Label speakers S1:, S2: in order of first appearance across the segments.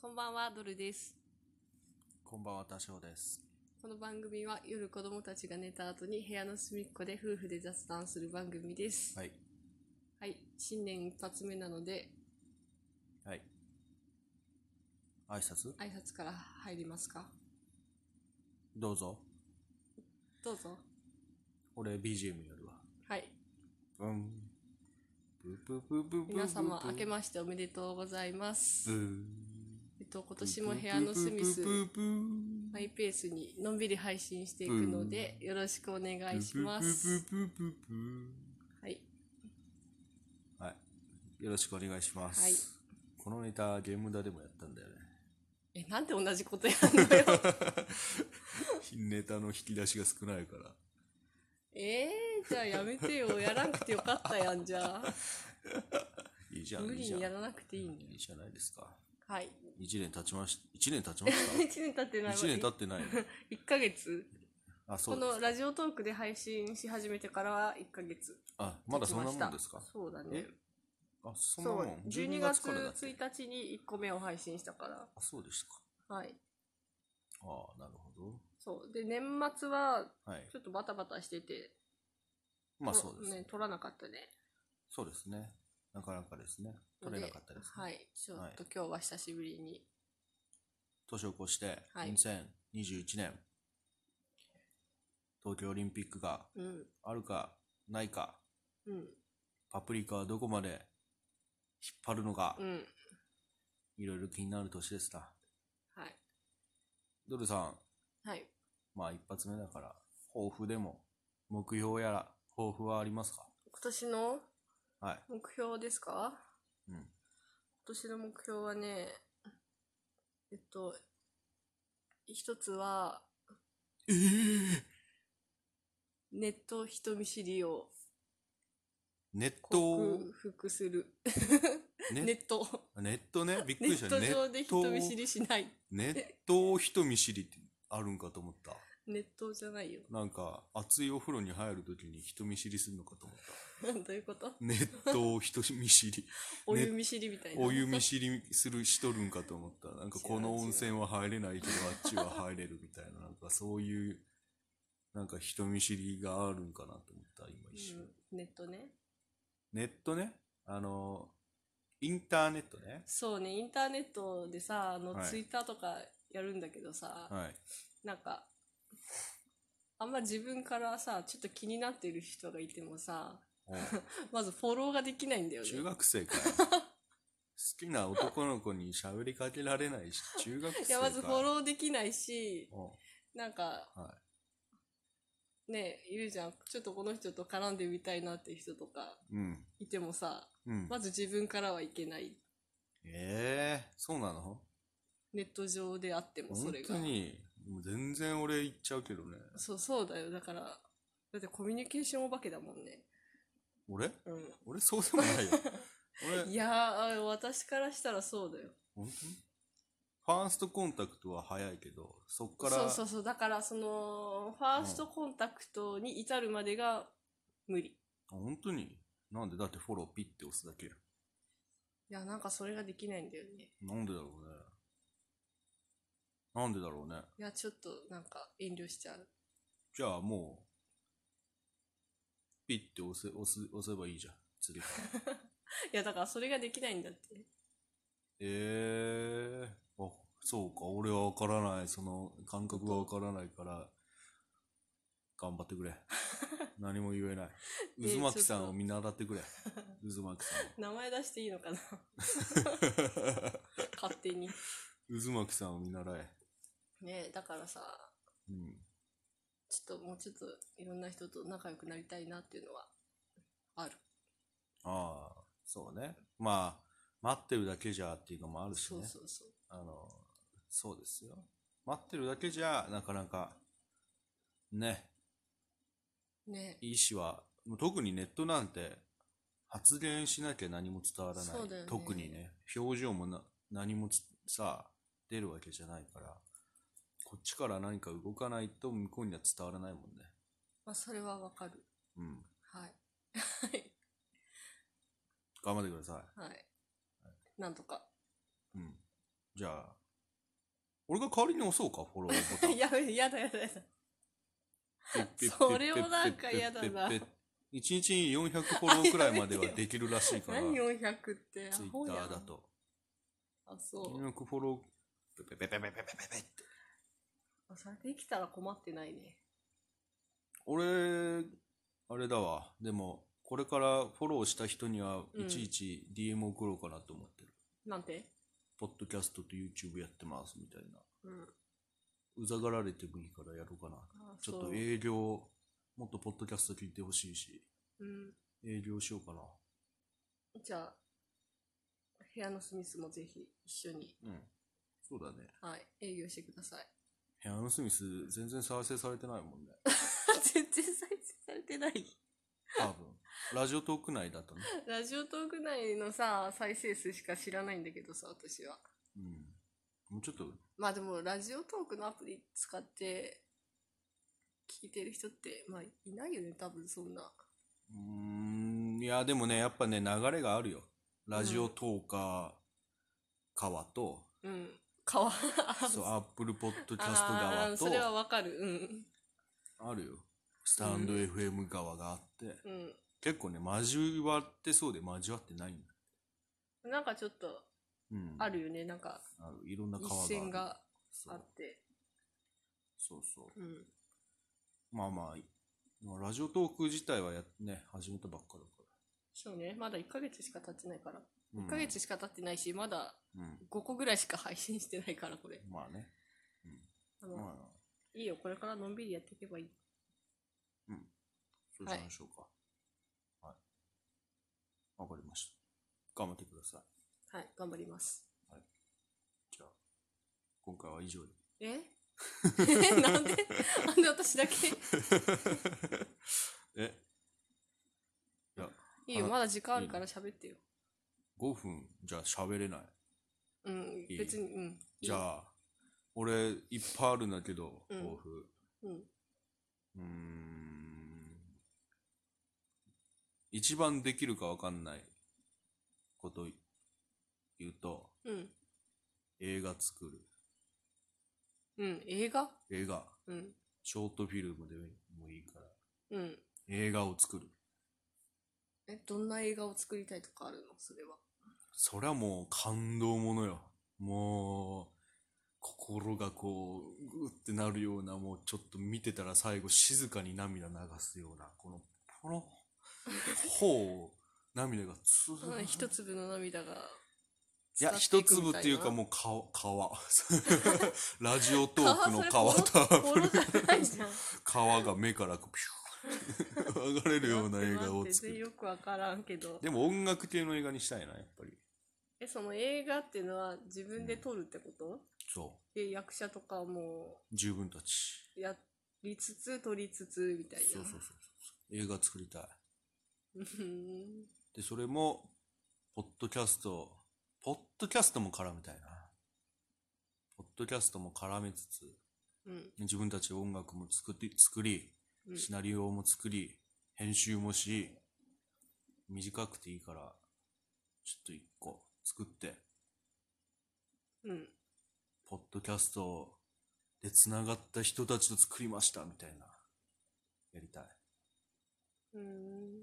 S1: こんばんは、ドルです。
S2: こんばんは、多少です。
S1: この番組は夜子供たちが寝た後に部屋の隅っこで夫婦で雑談する番組です。
S2: はい。
S1: はい、新年一発目なので
S2: はい。挨拶
S1: 挨拶から入りますか。
S2: どうぞ。
S1: どうぞ。
S2: 俺 BGM やるわ。
S1: はい、
S2: ブン。ブブブブブブ
S1: 皆様明け
S2: ま
S1: ましておめでとうございます。
S2: す。
S1: えっと今年も部屋の隅々マイペースにのんびり配信していくのでよろしくお願いします。。
S2: ブブブブブブ
S1: はい、
S2: ブはい。よろしくお願いします。
S1: はい
S2: このネタ、ゲームだでもやったんだよね。
S1: えなんで同じことやるのよ。
S2: ネタの引き出しが少ないから。
S1: えー、じゃあやめてよ。やらなくてよかったやんじゃあ。
S2: いいじゃん、
S1: 無
S2: いい
S1: 理
S2: じゃん。
S1: にや
S2: い
S1: らなくていいんだよ。
S2: いじゃないですか。
S1: はい。
S2: 一年経ちまし、一年経ちました
S1: 1年経 ってない
S2: 一年経ってないね。
S1: 1ヶ月
S2: あ、そ
S1: こ
S2: うです
S1: のラジオトークで配信し始めてからは1ヶ月
S2: あ、ま
S1: 経
S2: だ
S1: ち
S2: そん
S1: ま
S2: な
S1: し
S2: も
S1: た
S2: んですか
S1: そうだね
S2: えあ、そ
S1: そ
S2: んなも
S1: うん12月
S2: からだっけ
S1: 1日に1個目を配信したから
S2: あ、そうでしたか。
S1: はい
S2: ああ、なるほど。
S1: そうで年末は
S2: はい
S1: ち。ょっとバタバタしてて
S2: まあそうです。
S1: ね撮らなかったね
S2: そうですね。なかなかですね。取れなかったです、ね。
S1: はいちょっと今日は久しぶりに
S2: 年を越して、
S1: はい
S2: 2021年、東京オリンピックが
S1: うん
S2: あるかないか、
S1: うん
S2: パプリカはどこまで引っ張るのか、
S1: うん
S2: いろいろ気になる年ですな。
S1: はい
S2: ドルさん、
S1: はい
S2: まあ一発目だから、抱負でも、目標やら、抱負はありますか
S1: 今年の
S2: はい。
S1: 目標ですか
S2: うん。
S1: 今年の目標はねえっと一つは
S2: ええ
S1: ネット人見知りを
S2: ネットを
S1: 克服する。
S2: ね
S1: ネット。
S2: ネッ トね、びっく
S1: ネ
S2: りし
S1: ッ
S2: た。
S1: ト上で人見知りしない。
S2: ネットを人見知りってあるんかと思った。
S1: ネットじゃないよ。
S2: なんか、熱いお風呂に入るときに人見知りするのかと思った。
S1: どういうこと
S2: ネットを人見知 り、
S1: お湯見知りみたいな。
S2: お湯見知りするしとるんかと思った。な んか、この温泉は入れないけど、あっちは入れるみたいな、なんかそういう、なんか人見知りがあるんかなと思った、今一瞬。
S1: うんネットね。
S2: ネットね、あの、インターネットね。
S1: そうね、インターネットでさ、あの、
S2: はい
S1: ツイッターとかやるんだけどさ、
S2: はい。
S1: なんか、あんま自分からさ、ちょっと気になってる人がいてもさ、
S2: おう
S1: まずフォローができないんだよね。
S2: 中学生かよ好きな男の子に喋りかけられないし中学生か
S1: いや、まずフォローできないし、
S2: おう
S1: なんか、
S2: は
S1: ねいるじゃんちょっとこの人と絡んでみたいなっていう人とか
S2: うん
S1: いてもさ
S2: うん、
S1: まず自分からはいけない
S2: ええそうなの
S1: ネット上であってもそ
S2: 本
S1: れが
S2: 当にもう全然俺言っちゃうけどね
S1: そうそうだよだからだってコミュニケーションお化けだもんね
S2: 俺
S1: う
S2: 俺そうで もないよ
S1: んい
S2: 俺
S1: やー私からしたらそうだよ
S2: 本当にファーストコンタクトは早いけどそっから
S1: そうそうそうだからそのファーストコンタクトに至るまでが無理
S2: あ本当になんでだってフォローピッて押すだけや
S1: いやなんかそれができないんだよね
S2: なんでだろうねなんでだろうね
S1: いやちょっとなんか遠慮しちゃう
S2: じゃあもう、ピッて押せ、押す、押せばいいじゃん。釣り。
S1: いやだからそれができないんだって
S2: ええー。あ、そうか。俺はわからない。その感覚はわからないから、頑張って くれ。何も言えない。
S1: え
S2: 渦巻さ
S1: ちょっ
S2: ん
S1: と
S2: を見習ってくれ。渦巻さん
S1: 名前出していいのか な
S2: を。
S1: 勝手に
S2: 渦巻さんを見習え。
S1: ねだからさ
S2: うん。
S1: ちょっともうちょっといろんな人と仲良くなりたいなっていうのはある
S2: ああ、そうね。まあ、待ってるだけじゃっていうのもあるし
S1: そ
S2: ね。
S1: うそうそう
S2: あの、そうですよ。待ってるだけじゃ、なかなか、ね、
S1: ね
S2: いいしは、もう特にネットなんて、発言しなきゃ何も伝わらない。
S1: そうだよね
S2: 特にね、表情もな何もつさ、出るわけじゃないから、こっちから何か動かないと向こうには伝わらないもんね。
S1: まあそれはわかる
S2: うん。
S1: はい
S2: 頑張ってくださ
S1: はいなんとか
S2: い。うん。じゃあ、俺が代わりに押そうか、フォローボタン。
S1: やべ、やだやだやだ。それもなんか嫌だな
S2: 1日に400フォローくらいまではできるらしいから、ツ
S1: 何
S2: イッ
S1: 400って、アホ
S2: タ
S1: やん
S2: ーだ。と。
S1: あ、そう。
S2: 400フォロー、ペペペペペペペペペって。
S1: それできたら困ってないね。
S2: 俺、あれだわ。でも、これからフォローした人には、
S1: うん
S2: いちいち DM 送ろうかなと思ってる。
S1: なんて
S2: ポッドキャストと YouTube やってます、みたいな。
S1: うん。
S2: うざがられてもいいからやろうかな。
S1: あ
S2: ちょ
S1: そ
S2: っと
S1: う
S2: 営業、もっとポッドキャスト聞いてほしいし、
S1: うん。
S2: 営業しようかな。
S1: じゃあ、部屋のスミスもぜひ一緒に、
S2: うん。そうだね。
S1: はい、営業してくださ い。
S2: ヘアン・スミス、全然再生されてないもんね。
S1: 全然再生されてない。
S2: 多 分。ラジオトーク内だとね。
S1: ラジオトーク内のさ、再生数しか知らないんだけどさ、私は。
S2: うん。もうちょっと、
S1: まあでも、ラジオトークのアプリ使って、聞いてる人って、まあ、いないよね、多分そんな。
S2: うーん、いや、でもね、やっぱね、流れがあるよ。ラジオトーカー側と、
S1: うん。かわ、
S2: そう、アップルポッドキャスト
S1: あ
S2: 側
S1: ーそれは
S2: と、
S1: わかる。うん。
S2: あるよ。スタンド FM 側があって、
S1: うん。
S2: 結構ね、交わってそうで交わってないんだ。
S1: なんかちょっと、
S2: うん。
S1: あるよね、なんか、
S2: ある。いろんな
S1: 一
S2: 川がある。
S1: 線が
S2: そ
S1: あ
S2: う
S1: って。
S2: そうそう。
S1: うん。
S2: まあまあ、まあラジオトーク自体はやっね、始めたばっかだか
S1: そうね、まだ1ヶ月しか経ってないから。
S2: ら。
S1: 1ヶ月しか経ってないし、まだ
S2: うん。
S1: 5個ぐらいしか配信してないから、これ。
S2: うんまあね。
S1: あ
S2: うん。
S1: の、
S2: まあ、
S1: いいよ、これからのんびりやっていけばいい。
S2: そうしましょうか。はい。わ、かりました。頑張ってください。
S1: はい、頑張ります。
S2: じゃあ、今回は以上で。
S1: ええなんでなんで私だけ
S2: えいや、
S1: いいよ、
S2: あ
S1: まだ時間あるから喋ってよ。
S2: 5分じゃ喋れない。
S1: うん
S2: い、い
S1: 別に、うん。
S2: じゃあ、俺、いっぱいあるんだけど、
S1: うん
S2: 抱負。
S1: うん。
S2: うーん。一番できるかわかんないこと言うと、
S1: うん。
S2: 映画作る。
S1: うん。映画
S2: 映画。
S1: うん。
S2: ショートフィルムでもいいから。
S1: うん。
S2: 映画を作る。
S1: え、どんな映画を作りたいとかあるのそれは。
S2: そりゃもう感動ものよ。もう、心がこう、うってなるような、もうちょっと見てたら最後静かに涙流すような、この、この、ほう、涙がつ
S1: う
S2: ー
S1: ん一粒の涙 が。
S2: いや、一粒っていうか
S1: う。
S2: もう顔、皮。 ラジオトークの皮
S1: ボロ
S2: と、
S1: じゃない じゃん。
S2: 皮が目からこうピュー流れるような映画を
S1: 待って待って
S2: 作
S1: 全然
S2: る。
S1: よくわからんけど。
S2: でも音楽系の映画にしたいな、やっぱり。
S1: え、その映画っていうのは自分で撮るってこと、
S2: そ
S1: で、役者とかも
S2: う、十分たち。
S1: やりつつ、撮りつつ、みたいな。
S2: そうそうそうそう。映画作りたい。
S1: うん
S2: で、それも、ポッドキャスト、ポッドキャストも絡めたいな。ポッドキャストも絡めつつ、
S1: うん。
S2: 自分たちで音楽も作って、作り、
S1: うん
S2: シナリオも作り、編集もし、短くていいから、ちょっと一個作って、
S1: うん。
S2: ポッドキャストで繋がった人たちと作りました、みたいな。やりたい。
S1: うん。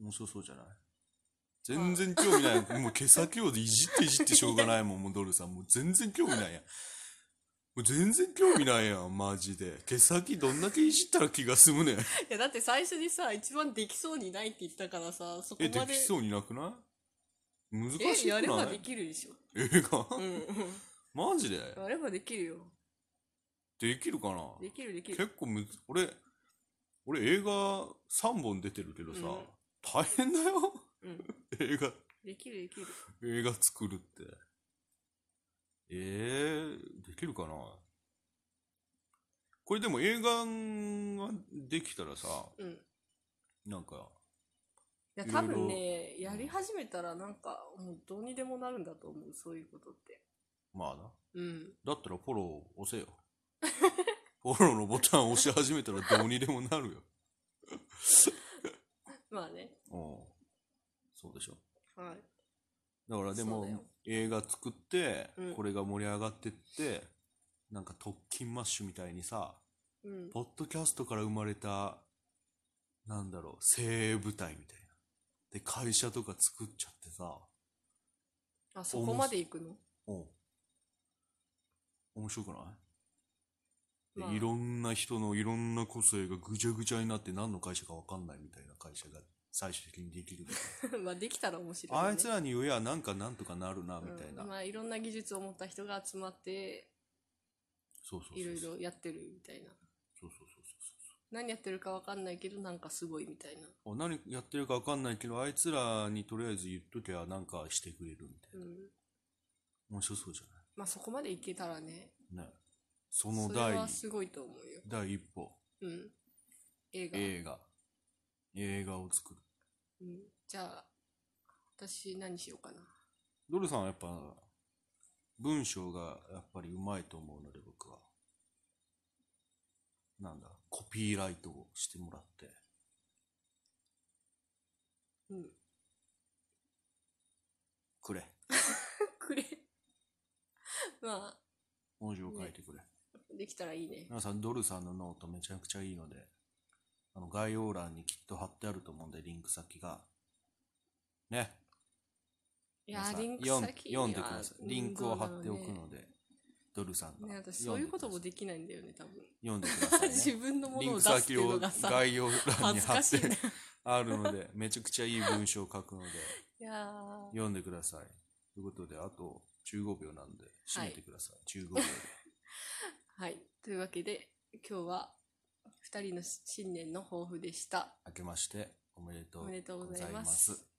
S2: 面白そうじゃない全然興味ない。もう毛先をいじっていじってしょうがないもん、もうドルさん。もう全然興味ないやん。もう全然興味ないやん、マジで。毛先どんだけいじったら気が済むねん。
S1: いや、だって最初にさ、一番できそうにないって言ったからさ、そこ
S2: え、
S1: まで。
S2: できそうになくない難しく
S1: え、や
S2: な
S1: ればで
S2: い
S1: きるでしょ。
S2: 映画、
S1: うん うん。
S2: マジで
S1: やればできるよ。
S2: できるかな
S1: できるできる。
S2: 結構むず、俺、俺映画3本出てるけどさ、
S1: うん
S2: 大変だよ。
S1: うん。
S2: 映画、
S1: できるできる。
S2: 映画作るって。えー、できるかなこれでも映画ができたらさ、
S1: うん。い
S2: なんか、
S1: や、
S2: いろ
S1: 多
S2: いろ
S1: 分ね、やり始めたらなんか、もうどうにでもなるんだと思う、そういうことって。
S2: まあな。
S1: うん。
S2: だったらフォロー押せよ。 フォローのボタン押し始めたらどうにでもなるよ。
S1: まあね。
S2: おうそうでしょ。
S1: はい。
S2: だからで
S1: そうだ
S2: も
S1: よ
S2: 映画作って、
S1: うん
S2: これが盛り上がってってなんか特勤マッシュみたいにさ、
S1: うん。
S2: ポッドキャストから生まれた、なんだろう、精鋭部隊みたいな。で、会社とか作っちゃってさ、
S1: あ、そこまで行くの
S2: うん。面白くない、で
S1: まあ
S2: いろんな人のいろんな個性がぐちゃぐちゃになって何の会社かわかんないみたいな会社が最終的にできるみたい
S1: ま あできたら面白い、
S2: な。
S1: ね。
S2: あいつらに言えやなんかなんとかなるなみたいな。
S1: うんまあいろんな技術を持った人が集まって、
S2: そうそうそうそう。
S1: いろいろやってるみたいな。
S2: そうそうそうそうそ
S1: 何やってるかわかんないけど、なんかすごいみたいな。
S2: う。あ何やってるかわかんないけど、あいつらにとりあえず言っときゃなんかしてくれるみた
S1: う
S2: いな。
S1: ん。
S2: 面白そうじゃ
S1: まあそこまで行けたらね、
S2: ないね。その
S1: それ
S2: 第
S1: は、すごいと思うよ。
S2: 第一歩。
S1: うん。映画。
S2: 映画。映画を作る。
S1: うん、じゃあ、私何しようかな。
S2: ドルさんはやっぱ、文章がやっぱりうまいと思うので、僕は。なんだ、コピーライトをしてもらって。
S1: うん。
S2: くれ。
S1: くれ。 ま
S2: 文字を書いてくれ。
S1: あ、できたらいいね。
S2: 皆さん、ドルさんのノートめちゃくちゃいいので、あの、概要欄にきっと貼ってあると思うんで、リンク先が。ね。
S1: いやー、
S2: 皆さん
S1: リンク
S2: 読ん
S1: 先には
S2: 読んでください。リンクを貼っておくので、ドルさん
S1: うんどうだろうね
S2: が。
S1: ね、私そういうことも
S2: 読んで
S1: できないんだよね、多分。
S2: くださいね。
S1: 自分のも
S2: リ
S1: の
S2: ン
S1: を
S2: ク
S1: 出すって
S2: 先
S1: いう
S2: を
S1: のがさ、
S2: 概要欄
S1: 恥
S2: に
S1: ず
S2: 貼
S1: か
S2: っ
S1: しいな。
S2: て
S1: い
S2: あるので、めちゃくちゃいい文章を書くので、
S1: やー
S2: 読んでください。ということで、あと15秒なんで、締めてください。15秒で。
S1: はい。というわけで、今日は二人の新年の抱負でした。
S2: 明けまして、おめでと
S1: お
S2: うご
S1: めでとうござ
S2: ざい
S1: いま
S2: ますす。。